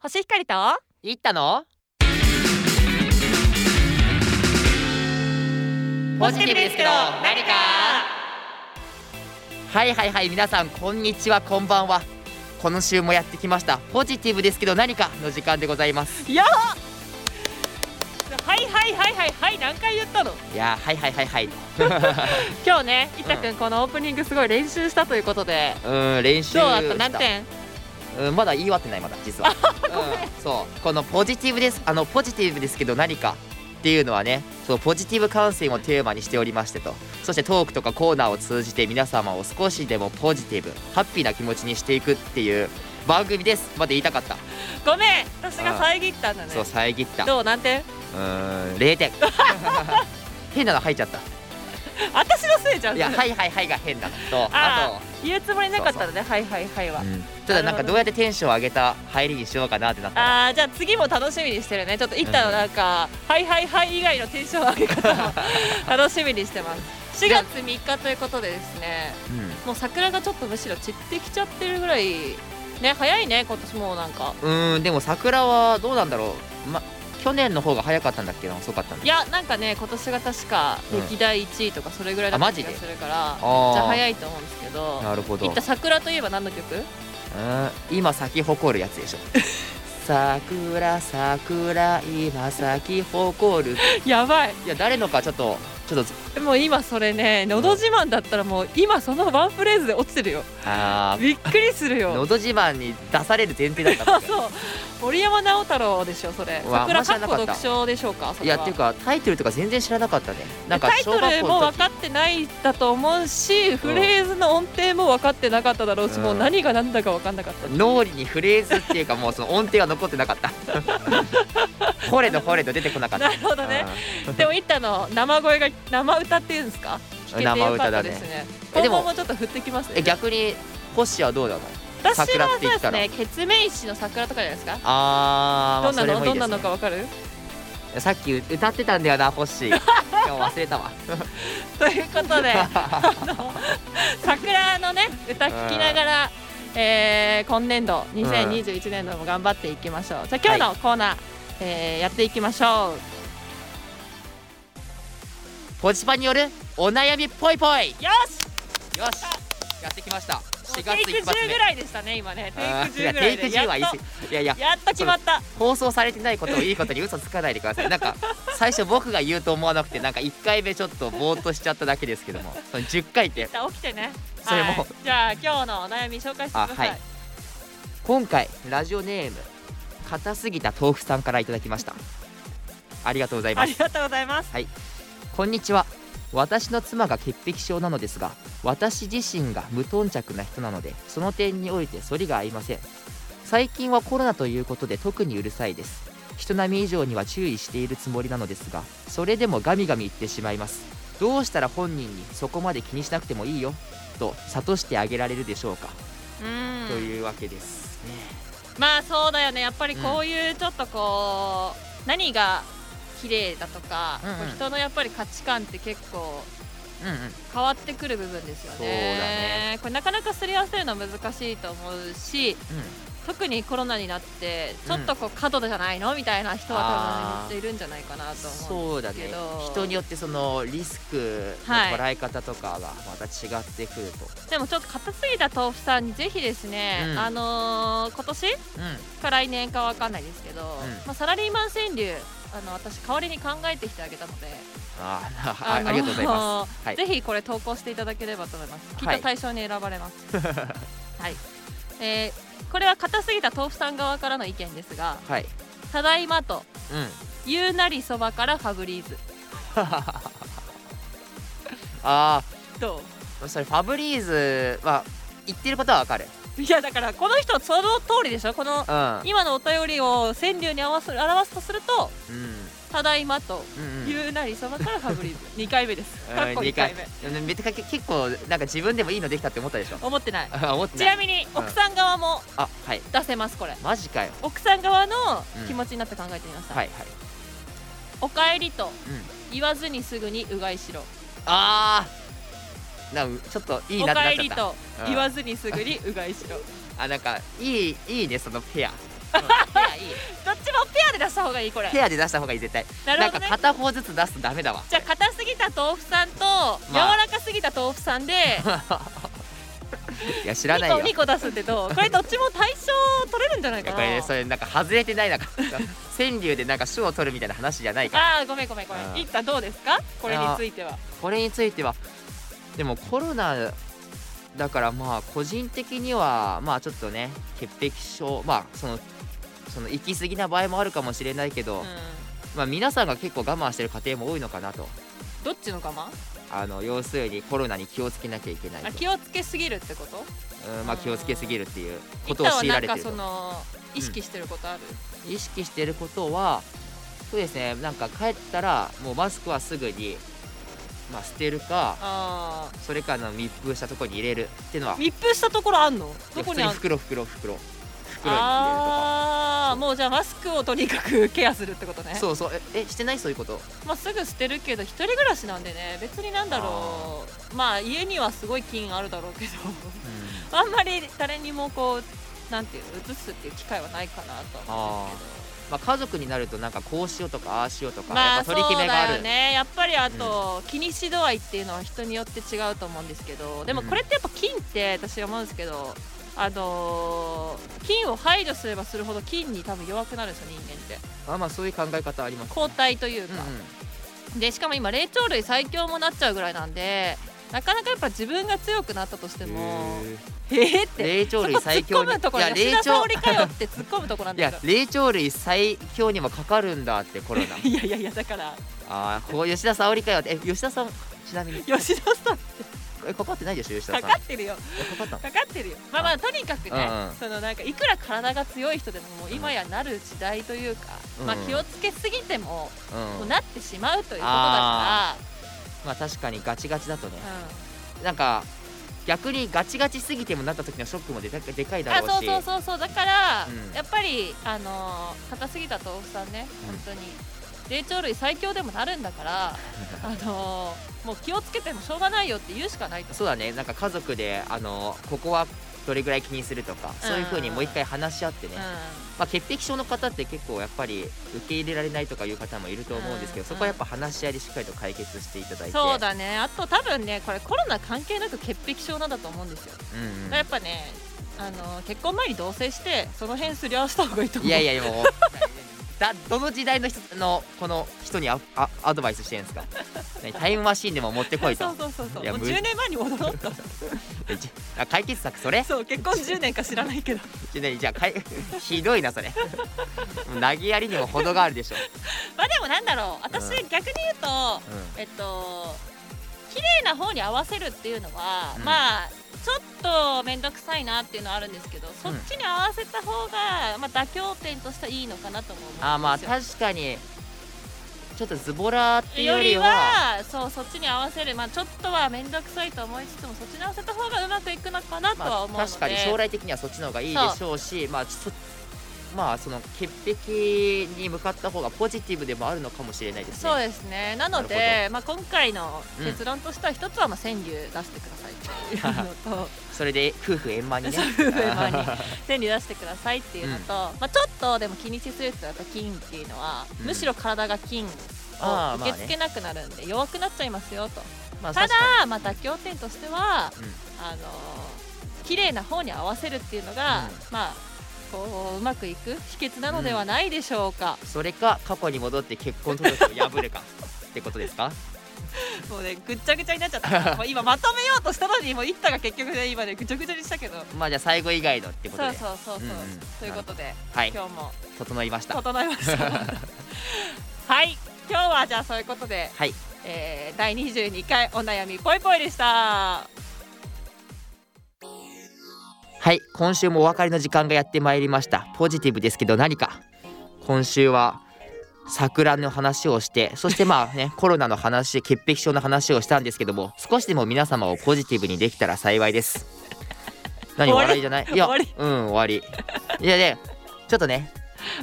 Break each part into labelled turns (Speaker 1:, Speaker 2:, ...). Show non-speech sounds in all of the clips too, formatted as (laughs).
Speaker 1: 星光と
Speaker 2: 行ったのポジティブですけど何かはいはいはい皆さんこんにちはこんばんは今週もやってきましたポジティブですけど何かの時間でございます
Speaker 1: やはいはいはいはいはい何回言ったの
Speaker 2: いやーはいはいはいはい
Speaker 1: 今日ねいったくんこのオープニングすごい練習したということで
Speaker 2: うーん練習
Speaker 1: どうだった何点
Speaker 2: うんまだ言い終わってないまだ実は、うんそうこのポジティブですあのポジティブですけど何かっていうのはねそうポジティブ感染をテーマにしておりましてとそしてトークとかコーナーを通じて皆様を少しでもポジティブハッピーな気持ちにしていくっていう番組ですまで言いたかった、
Speaker 1: ごめん私が遮ったんだね
Speaker 2: そう遮ったう
Speaker 1: どう何点
Speaker 2: ーん0点 (laughs) 変なの入っちゃった
Speaker 1: 私のせいじゃん
Speaker 2: いやはいはいはいが変なのと
Speaker 1: あ
Speaker 2: あ
Speaker 1: ー言うつもりなかったのねはいはいはいは
Speaker 2: と、うんただなんかどうやってテンション上げた入りにしようかなってなった
Speaker 1: あーじゃあ次も楽しみにしてるねちょっといったのなんか、はいはいはい以外のテンション上げ方を楽しみにしてます4月3日ということでですねもう桜がちょっとむしろ散ってきちゃってるぐらいね早いね今年もうなんか
Speaker 2: うーんでも桜はどうなんだろう、ま、去年の方が早かったんだっけな遅かったんだっ
Speaker 1: い
Speaker 2: け
Speaker 1: やなんかね今年が確か歴代1位とかそれぐらいだっ
Speaker 2: あ
Speaker 1: た
Speaker 2: マ
Speaker 1: 気
Speaker 2: ジ
Speaker 1: が
Speaker 2: です
Speaker 1: るから、めっ
Speaker 2: あー
Speaker 1: ちゃ早いと思うんですけど
Speaker 2: なるほど
Speaker 1: いった桜といえば何の曲 (laughs)
Speaker 2: うーん今咲き誇るやつでしょ桜桜今咲き誇る
Speaker 1: やばい
Speaker 2: いや誰のかちょっとちょっと
Speaker 1: もう今それね「のど自慢」だったらもう今そのワンフレーズで落ちてるよ
Speaker 2: あー
Speaker 1: びっくりするよ
Speaker 2: のど自慢に出される前提だった
Speaker 1: あ
Speaker 2: んですよ
Speaker 1: (laughs) そう森山直太朗でしょそれ
Speaker 2: うわ
Speaker 1: 桜
Speaker 2: あんま知
Speaker 1: からっ
Speaker 2: な
Speaker 1: こ
Speaker 2: かった
Speaker 1: 読書でしょうかそ
Speaker 2: い
Speaker 1: れは
Speaker 2: やっていうかタイトルとか全然知らなかったねなんか
Speaker 1: タイ
Speaker 2: 小
Speaker 1: ト
Speaker 2: 学
Speaker 1: ル
Speaker 2: 校
Speaker 1: も
Speaker 2: の
Speaker 1: 分
Speaker 2: 時
Speaker 1: かってないだと思うし、フレーズの音程も分かってなかっただろうし、
Speaker 2: うん
Speaker 1: もう何が何だか分かんなかった、
Speaker 2: 脳裏にフレーズっていうかもうその音程が残ってなかった
Speaker 1: (laughs)
Speaker 2: ほれどほれど出てこなかった
Speaker 1: なるほどね
Speaker 2: うん
Speaker 1: でもいったの生声が生歌っていうんですか聞けてよかったですね
Speaker 2: 生歌だねえで
Speaker 1: 今
Speaker 2: も
Speaker 1: 後もちょっと振ってきますね
Speaker 2: え逆に星はどうなの
Speaker 1: 私は
Speaker 2: 桜って
Speaker 1: そう
Speaker 2: 言
Speaker 1: で
Speaker 2: った
Speaker 1: す
Speaker 2: ら
Speaker 1: ねケツメイシの桜とかじゃないですか
Speaker 2: あー、
Speaker 1: ど
Speaker 2: まあ、
Speaker 1: んな
Speaker 2: それ
Speaker 1: の
Speaker 2: もいい
Speaker 1: どん
Speaker 2: で
Speaker 1: な
Speaker 2: す、
Speaker 1: のか分かる (laughs)
Speaker 2: ね、さっき歌ってたんだよなホッシー今日忘れたわ
Speaker 1: ということ
Speaker 2: (laughs)
Speaker 1: で桜のね歌聴きながら、えー今年度2021年度も頑張っていきましょう、じゃあ今日のコーナー、えーやっていきましょう
Speaker 2: (laughs) ポジパによるお悩みぽいぽいよ
Speaker 1: よし
Speaker 2: しやってきました
Speaker 1: テ
Speaker 2: 4
Speaker 1: イ
Speaker 2: 月
Speaker 1: ク
Speaker 2: 一発
Speaker 1: 10
Speaker 2: 目
Speaker 1: ぐらいでしたね今ね
Speaker 2: あー
Speaker 1: テイク10ぐらい
Speaker 2: やテ
Speaker 1: で
Speaker 2: イ
Speaker 1: やっ
Speaker 2: ク10はいいしいやいや
Speaker 1: とやっと決まった
Speaker 2: 放送されてないことをいいことに嘘つかないでくださいなんか最初僕が言うと思わなくてなんか1回目ちょっとぼーっとしちゃっただけですけどもその10回って
Speaker 1: じゃあ起きてね
Speaker 2: それも
Speaker 1: はい、じゃあ今日のお悩み紹介してください、
Speaker 2: あはい今回ラジオネーム硬すぎた豆腐さんからいただきましたありがとうございます
Speaker 1: ありがとうございます
Speaker 2: こんにちは私の妻が潔癖症なのですが私自身が無頓着な人なのでその点において反りが合いません最近はコロナということで特にうるさいです人並み以上には注意しているつもりなのですがそれでもガミガミ言ってしまいますどうしたら本人にそこまで気にしなくてもいいよと諭してあげられるでしょうか、
Speaker 1: うーん
Speaker 2: というわけですね
Speaker 1: まあそうだよねやっぱりこういうちょっとこう、何が綺麗だとか、
Speaker 2: うんうん
Speaker 1: こう人のやっぱり価値観って結構
Speaker 2: うんうん
Speaker 1: 変わってくる部分ですよね
Speaker 2: そうだね
Speaker 1: これなかなかすり合わせるの難しいと思うし特にコロナになってちょっとこう過度じゃないのみたいな人は多分
Speaker 2: あー
Speaker 1: めっちゃいるんじゃないかなと思う
Speaker 2: そうだね
Speaker 1: けど
Speaker 2: 人によってそのリスクの
Speaker 1: はい
Speaker 2: 捉え方とかがまた違ってくると、
Speaker 1: でもちょっと硬すぎた豆腐さんにぜひですね、
Speaker 2: うん
Speaker 1: あのー今年
Speaker 2: うん
Speaker 1: か来年かわかんないですけど、
Speaker 2: ん
Speaker 1: まあ、サラリーマン川柳あの私代わりに考えてきてあげたので、
Speaker 2: あー
Speaker 1: あ
Speaker 2: ああ
Speaker 1: のー
Speaker 2: ありがとうござい
Speaker 1: (laughs)
Speaker 2: ます。はい、
Speaker 1: ぜひこれ投稿していただければと思いますき
Speaker 2: は
Speaker 1: っと
Speaker 2: い
Speaker 1: 対象に選ばれ
Speaker 2: (laughs)
Speaker 1: ます、はいえーこれは硬すぎた豆腐さん側からの意見ですが
Speaker 2: はい、
Speaker 1: 「ただいま」と
Speaker 2: うん。
Speaker 1: 「言うなりそばからファブリーズ
Speaker 2: あ」
Speaker 1: ど
Speaker 2: あ、それファブリーズは言ってることはわかる。
Speaker 1: ういやだからこの人その通りでしょこの
Speaker 2: う
Speaker 1: 今のお便りを川柳に合わす表すとすると
Speaker 2: ん。うん。
Speaker 1: 「ただいま」と
Speaker 2: うん
Speaker 1: 「
Speaker 2: うん
Speaker 1: 言うなりそばからファブリーズ」2回目です
Speaker 2: うん
Speaker 1: かっこ2回目
Speaker 2: 二うんめっちゃ結構なんか自分でもいいのできたって思った
Speaker 1: (laughs)
Speaker 2: でしょ
Speaker 1: 思ってない
Speaker 2: 思って
Speaker 1: ち
Speaker 2: な
Speaker 1: ないみに
Speaker 2: うん
Speaker 1: 奥さん側も
Speaker 2: あはい
Speaker 1: 出せますこれ
Speaker 2: マジかよ
Speaker 1: 奥さん側の気持ちになって考えてみました、
Speaker 2: はいはい
Speaker 1: おかえりと
Speaker 2: うん
Speaker 1: 言わずにすぐにうがいしろ
Speaker 2: ああなんかちょっといい
Speaker 1: お
Speaker 2: なって
Speaker 1: か
Speaker 2: なっ
Speaker 1: え
Speaker 2: ちゃっ
Speaker 1: り
Speaker 2: た (laughs)
Speaker 1: と言わずにすぐにうがいしろ (laughs)
Speaker 2: あなんかいいいいねそのペアペアいい
Speaker 1: どっちもペアで出した方がいいこれ
Speaker 2: ペアで出した方がいい絶対
Speaker 1: なるほど
Speaker 2: ん
Speaker 1: ね
Speaker 2: か片方ずつ出すとダメだわ
Speaker 1: じゃあ硬すぎた豆腐さんと柔
Speaker 2: まあ
Speaker 1: らかすぎた豆腐さんで
Speaker 2: いや知らない
Speaker 1: 2
Speaker 2: よ
Speaker 1: 個2個出すってど
Speaker 2: (laughs)
Speaker 1: うこれどっちも対象取れるんじゃない
Speaker 2: い
Speaker 1: かな
Speaker 2: やこれねそれなんか外れてないなんか川柳でなんか賞を取るみたいな話じゃな
Speaker 1: (laughs)
Speaker 2: いから
Speaker 1: ああごめんごめんごめ
Speaker 2: うん
Speaker 1: んいったどうですかこれについては
Speaker 2: これについてはでもコロナだからまあ個人的にはまあちょっとね潔癖症まあそのその行き過ぎな場合もあるかもしれないけど、
Speaker 1: うん
Speaker 2: まあ皆さんが結構我慢してる家庭も多いのかなと
Speaker 1: どっちの我慢
Speaker 2: あの要するにコロナに気をつけなきゃいけない
Speaker 1: あ
Speaker 2: と
Speaker 1: 気をつけすぎるってこと
Speaker 2: うんまあ気をつけすぎるっていうこ
Speaker 1: い
Speaker 2: と
Speaker 1: た
Speaker 2: を
Speaker 1: は
Speaker 2: 強い
Speaker 1: な
Speaker 2: ら
Speaker 1: ん
Speaker 2: れて
Speaker 1: か
Speaker 2: ると
Speaker 1: その意識してることある
Speaker 2: 意識してることはそうですねなんか帰ったらもうマスクはすぐに、まあ、捨てるか
Speaker 1: あ
Speaker 2: それかあの密封したとこに入れるっていうのは
Speaker 1: ー密封したところあんの
Speaker 2: いや
Speaker 1: どこ
Speaker 2: 普通
Speaker 1: に
Speaker 2: に
Speaker 1: あんの
Speaker 2: 袋袋袋袋に入れるとか
Speaker 1: ああもうじゃあマスクをとにかくケアするってことね
Speaker 2: そうそうええしてないそういうこと
Speaker 1: まあ、すぐ捨てるけど一人暮らしなんでね別になんだろうまあ家にはすごい菌あるだろうけど (laughs) あんまり誰にもこうなんていうの移すっていう機会はないかなとは思うんですけど
Speaker 2: まあ、家族になるとなんかこうしようとかああしようとか、
Speaker 1: ま
Speaker 2: や
Speaker 1: あ
Speaker 2: っ
Speaker 1: そ
Speaker 2: ぱ
Speaker 1: う
Speaker 2: 取り決めがあ
Speaker 1: だ
Speaker 2: る
Speaker 1: よねやっぱりあと、気にし度合いっていうのは人によって違うと思うんですけどでも
Speaker 2: うん
Speaker 1: これってやっぱ菌って私思うんですけどあのー菌を排除すればするほど菌に多分弱くなるんですよ人間って
Speaker 2: まあまあそういう考え方あります、
Speaker 1: 抗体というか、でしかも今霊長類最強もなっちゃうぐらいなんでなかなかやっぱ自分が強くなったとして
Speaker 2: うんうん
Speaker 1: も
Speaker 2: へえ
Speaker 1: えーって
Speaker 2: 霊長類最
Speaker 1: そこ突
Speaker 2: 強
Speaker 1: っ込むとこ
Speaker 2: い
Speaker 1: ろ
Speaker 2: や
Speaker 1: 吉
Speaker 2: 霊
Speaker 1: 田沙
Speaker 2: 長
Speaker 1: 保里かよって突っ込むとこなん
Speaker 2: い
Speaker 1: だ
Speaker 2: や
Speaker 1: けど
Speaker 2: 霊長類最強にもかかるんだってコロナ
Speaker 1: いやいやいやだから
Speaker 2: ああこう吉田沙保里かよってえ吉田さんちなみに
Speaker 1: (laughs) 吉田さん
Speaker 2: えかかってないでしょ吉田さ
Speaker 1: か
Speaker 2: ん
Speaker 1: かってるよ
Speaker 2: えかかったの
Speaker 1: かかってるよまあまあとにかくね、
Speaker 2: うんうん
Speaker 1: そのなんかいくら体が強い人でももう今やなる時代というか、
Speaker 2: うん
Speaker 1: まあ、気をつけすぎても,、も
Speaker 2: う
Speaker 1: うんなってしまうということだ
Speaker 2: あ
Speaker 1: か
Speaker 2: まあ確かにガチガチだとね
Speaker 1: ら、うん
Speaker 2: なんか逆にガチガチすぎてもなった時のショックもでかでかいだろうし
Speaker 1: あそうそうそうそうだから、
Speaker 2: うん
Speaker 1: やっぱりあのー硬すぎた豆腐さんね
Speaker 2: うん
Speaker 1: 本当に、霊長類最強でもなるんだからあのーもう気をつけてもしょうがないよって言うしかないと
Speaker 2: そうだねなんか家族であのここはどれぐらい気にするとかそういうふうにもう一回話し合ってね、
Speaker 1: 思う、
Speaker 2: まあ、潔癖症の方って結構やっぱり受け入れられないとかいう方もいると思うんですけ
Speaker 1: う
Speaker 2: ど、
Speaker 1: ん
Speaker 2: そこはやっぱ話し合いでしっかりと解決していただい
Speaker 1: うん
Speaker 2: て
Speaker 1: そうだねあと多分ねこれコロナ関係なく潔癖症なんだと思うんですよ、
Speaker 2: う
Speaker 1: だか
Speaker 2: ん
Speaker 1: らやっぱねあのー結婚前に同棲してその辺すり合わせた方がいいと
Speaker 2: うん
Speaker 1: 思う
Speaker 2: い
Speaker 1: い
Speaker 2: やいやもうだどの時代の人のこの人にアあアドバイスしてるんですか何タイムマシーンでも持ってこいと
Speaker 1: そうそうそうそう
Speaker 2: いや
Speaker 1: もう
Speaker 2: む
Speaker 1: 10年前に戻ろ
Speaker 2: (laughs)
Speaker 1: うと
Speaker 2: えじあ解決策それ
Speaker 1: そう結婚10年か知らないけど (laughs)
Speaker 2: じゃあじゃあかいひどいなそれもう投げやりにも程があるでしょ、
Speaker 1: まあでもなんだろう私、
Speaker 2: うん
Speaker 1: 逆に言うと
Speaker 2: うん
Speaker 1: えっと綺麗な方に合わせるっていうのは、
Speaker 2: うん
Speaker 1: まあちょっと面倒くさいなっていうのはあるんですけどそっちに合わせた方が、まあ、妥協点としてはいいのかなとも思うんですよ
Speaker 2: あーまあ確かにちょっとズボラっていう
Speaker 1: よ
Speaker 2: より
Speaker 1: り
Speaker 2: は
Speaker 1: はそうそっちに合わせる、まあ、ちょっとは面倒くさいと思いつつもそっちに合わせた方がうまくいくのかなとは思うので、
Speaker 2: まあ、確かに将来的にはそっちの方がいいでしょうしまあそまあその潔癖に向かった方がポジティブでもあるのかもしれないですね
Speaker 1: そうですねなの
Speaker 2: な
Speaker 1: でまあ、今回の結論としては一つはまあ川柳出してくださいっていうのと。 (laughs)
Speaker 2: それで夫婦円満にね
Speaker 1: 夫婦円満に手に出してくださいっていうのと、まあ、ちょっとでも気にしすぎてやっぱ菌っていうのは、
Speaker 2: うん
Speaker 1: むしろ体が菌を
Speaker 2: あー
Speaker 1: 受け付けなくなるんで弱くなっちゃいますよと、
Speaker 2: まあ
Speaker 1: た
Speaker 2: 確か
Speaker 1: だ、まあ、妥協点としては、
Speaker 2: に、うん
Speaker 1: あのー綺麗な方に合わせるっていうのが、
Speaker 2: うん
Speaker 1: まあこううまくいく秘訣なのではないでしょうか、
Speaker 2: それか過去に戻って結婚届を破
Speaker 1: (laughs)
Speaker 2: るかってことですか
Speaker 1: もうねぐっちゃぐちゃになっちゃった (laughs) もう今まとめようとしたのにもういったが結局ね今ねぐちゃぐちゃにしたけど
Speaker 2: まあじゃあ最後以外のってこと
Speaker 1: そう
Speaker 2: で
Speaker 1: そうそうそう、
Speaker 2: うんうん
Speaker 1: ということで、
Speaker 2: はい
Speaker 1: 今日も
Speaker 2: 整いました
Speaker 1: 整いました (laughs) はい今日はじゃあそういうことで、
Speaker 2: はい
Speaker 1: えー、第22回お悩みぽいぽいでした
Speaker 2: はい今週もお別れの時間がやってまいりましたポジティブですけど何か今週は桜の話をしてそしてまあ
Speaker 1: (laughs)
Speaker 2: ねコロナの話潔癖症の話をしたんですけども少しでも皆様をポジティブにできたら幸いです
Speaker 1: 終
Speaker 2: 何
Speaker 1: わり
Speaker 2: 笑いじゃないいや
Speaker 1: 終わり
Speaker 2: うん終わりいやねちょっとね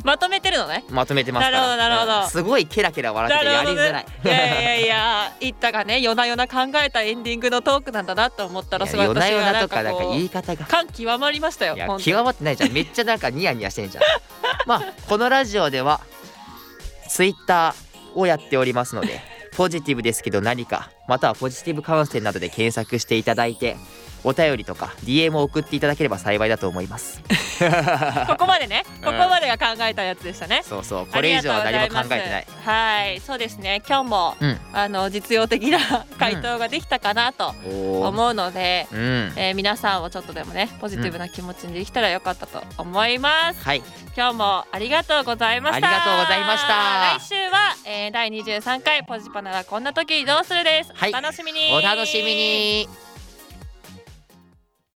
Speaker 1: まとめてるのね
Speaker 2: まとめてますから
Speaker 1: なるほどなるほど
Speaker 2: すごいケラケラ笑っててやりづらい、
Speaker 1: いやいやいやいったがね夜な夜な考えたエンディングのトークなんだなと思ったらすごい
Speaker 2: 夜な
Speaker 1: 私
Speaker 2: 夜
Speaker 1: は
Speaker 2: な
Speaker 1: な
Speaker 2: と
Speaker 1: ん
Speaker 2: か
Speaker 1: か
Speaker 2: なんか
Speaker 1: こ
Speaker 2: 言
Speaker 1: う
Speaker 2: い方が
Speaker 1: 感極まりましたよ
Speaker 2: いや
Speaker 1: 本当に
Speaker 2: 極まってないじゃんめっちゃなんかニヤニヤしてんじゃんまあこのラジオではツイッターをやっておりますのでポジティブですけど何かまたはポジティブカウンセリングなどで検索していただいてお便りとか DM を送っていただければ幸いだと思います
Speaker 1: ここまでね
Speaker 2: ん
Speaker 1: ここまでが考えたやつでしたね
Speaker 2: そうそうこれ以上は
Speaker 1: (laughs) あり
Speaker 2: 何
Speaker 1: が
Speaker 2: も
Speaker 1: とうご
Speaker 2: 考え
Speaker 1: ざ
Speaker 2: て
Speaker 1: ます
Speaker 2: ない
Speaker 1: はいそうですね今日も
Speaker 2: うん
Speaker 1: あの実用的な回答ができたかなと
Speaker 2: おー
Speaker 1: 思うので、
Speaker 2: うん
Speaker 1: えー皆さんをちょっとでもねポジティブな気持ちにできたらよかったと思います
Speaker 2: はい
Speaker 1: 今日もありがとうございました
Speaker 2: ありがとうございました
Speaker 1: 来週は、えー、第23回ポジパならこんな時どうするです、
Speaker 2: はい
Speaker 1: お楽しみに
Speaker 2: お楽しみに